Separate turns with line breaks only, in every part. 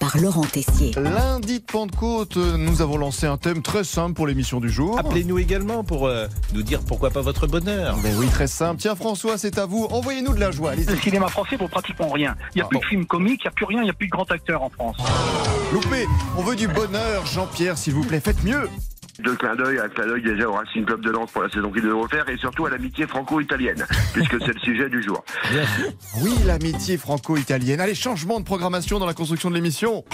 par Laurent Tessier.
Lundi de Pentecôte, euh, nous avons lancé un thème très simple pour l'émission du jour.
Appelez-nous également pour euh, nous dire pourquoi pas votre bonheur.
Ben oui, très simple. Tiens, François, c'est à vous. Envoyez-nous de la joie. Allez-y.
Le cinéma français vaut pratiquement rien. Il n'y a plus de films comiques, il n'y a plus rien, il n'y a plus de grands acteurs en France.
Loupé, on veut du bonheur, Jean-Pierre, s'il vous plaît. Faites mieux.
Deux clins d'œil, un clin d'œil déjà au Racing Club de Lens pour la saison qu'ils devront faire et surtout à l'amitié franco-italienne, puisque c'est le sujet du jour.
Oui, l'amitié franco-italienne. Allez, changement de programmation dans la construction de l'émission.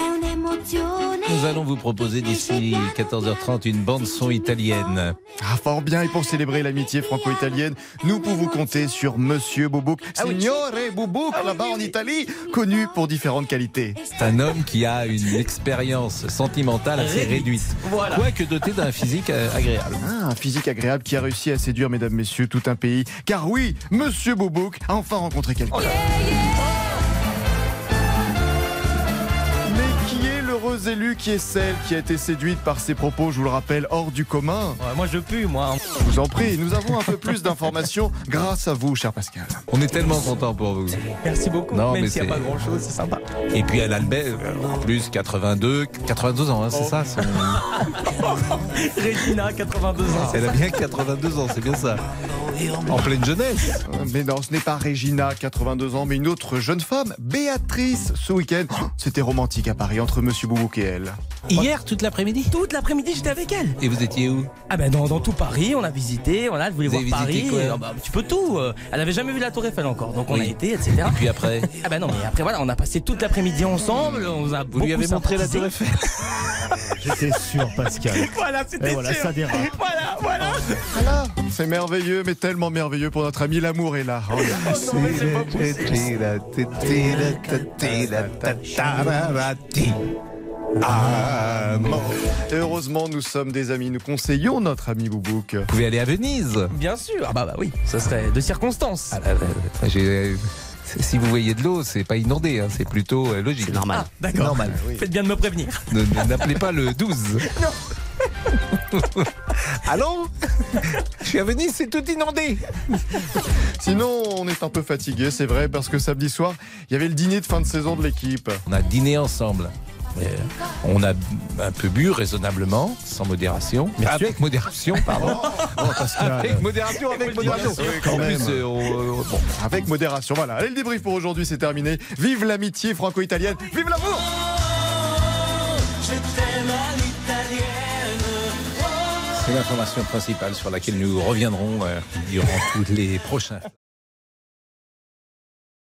Nous allons vous proposer d'ici 14h30 une bande son italienne.
Ah, fort bien. Et pour célébrer l'amitié franco-italienne, nous pouvons compter sur Monsieur Boubouk. Signore Boubouk, là-bas en Italie, connu pour différentes qualités.
C'est un homme qui a une expérience sentimentale assez réduite, quoique doté d'un physique euh, agréable.
Ah, un physique agréable qui a réussi à séduire, mesdames, messieurs, tout un pays. Car oui, Monsieur Boubouk a enfin rencontré quelqu'un. Mais qui est l'heureuse élue qui est celle qui a été séduite par ses propos, je vous le rappelle, hors du commun
moi je pue, moi.
Je vous en prie, nous avons un peu plus d'informations grâce à vous, cher Pascal.
On est tellement contents pour vous.
Merci beaucoup.
Non, mais
Même s'il n'y a
c'est-
pas grand chose, c'est sympa.
Et puis à l'Albert, en euh, plus 82, 82 ans, hein, c'est ça son-
Régina, 82 ans.
Elle a bien 82 ans, c'est bien ça. En pleine jeunesse.
Mais non, ce n'est pas Regina, 82 ans, mais une autre jeune femme, Béatrice, ce week-end. Oh, C'était romantique à Paris, entre Monsieur Boubouk et elle.
Hier, toute l'après-midi Toute l'après-midi, j'étais avec elle.
Et vous étiez où
Ah ben dans, dans tout Paris, on a visité, voilà, elle voulait
Vous
voir
avez visité
Paris.
quoi
et, ah bah, un petit peu tout. euh, Elle avait jamais vu la Tour Eiffel encore, donc on
Oui.
a été, etc.
Puis après,
Ah ben non, mais après voilà, on a passé toute l'après-midi ensemble, on vous a
vous lui avez montré la tour
Eiffel
Eiffel
J'étais sûr, Pascal.
Voilà, c'était
Et voilà,
sûr.
ça dérape.
Voilà, voilà.
Ah,
Voilà, c'est merveilleux, mais tellement merveilleux pour notre ami, l'amour est là. Oh là. Heureusement, nous sommes des amis, nous conseillons notre ami Boubouk.
Vous pouvez aller à Venise.
Bien sûr. Ah bah, bah oui, ça serait de circonstance.
Ah, euh, j'ai- c'est- Si vous voyez de l'eau, c'est pas inondé, hein, c'est plutôt euh, logique. C'est normal.
D'accord.
normal.
Faites bien de me prévenir.
Ne- ne- N'appelez pas le 12. Non. Allons Je suis à Venise, c'est tout inondé.
Sinon, on est un peu fatigué, c'est vrai, parce que samedi soir, il y avait le dîner de fin de saison de l'équipe.
On a dîné ensemble. Euh, on a un peu bu raisonnablement, sans modération. avec modération, pardon. avec modération, Oh, avec modération.
quand
En
même.
plus, euh, on- euh, bon,
Avec modération, voilà. Allez, le débrief pour aujourd'hui, c'est terminé. Vive l'amitié franco-italienne, vive l'amour
c'est l'information principale sur laquelle nous reviendrons euh, durant tous les prochains.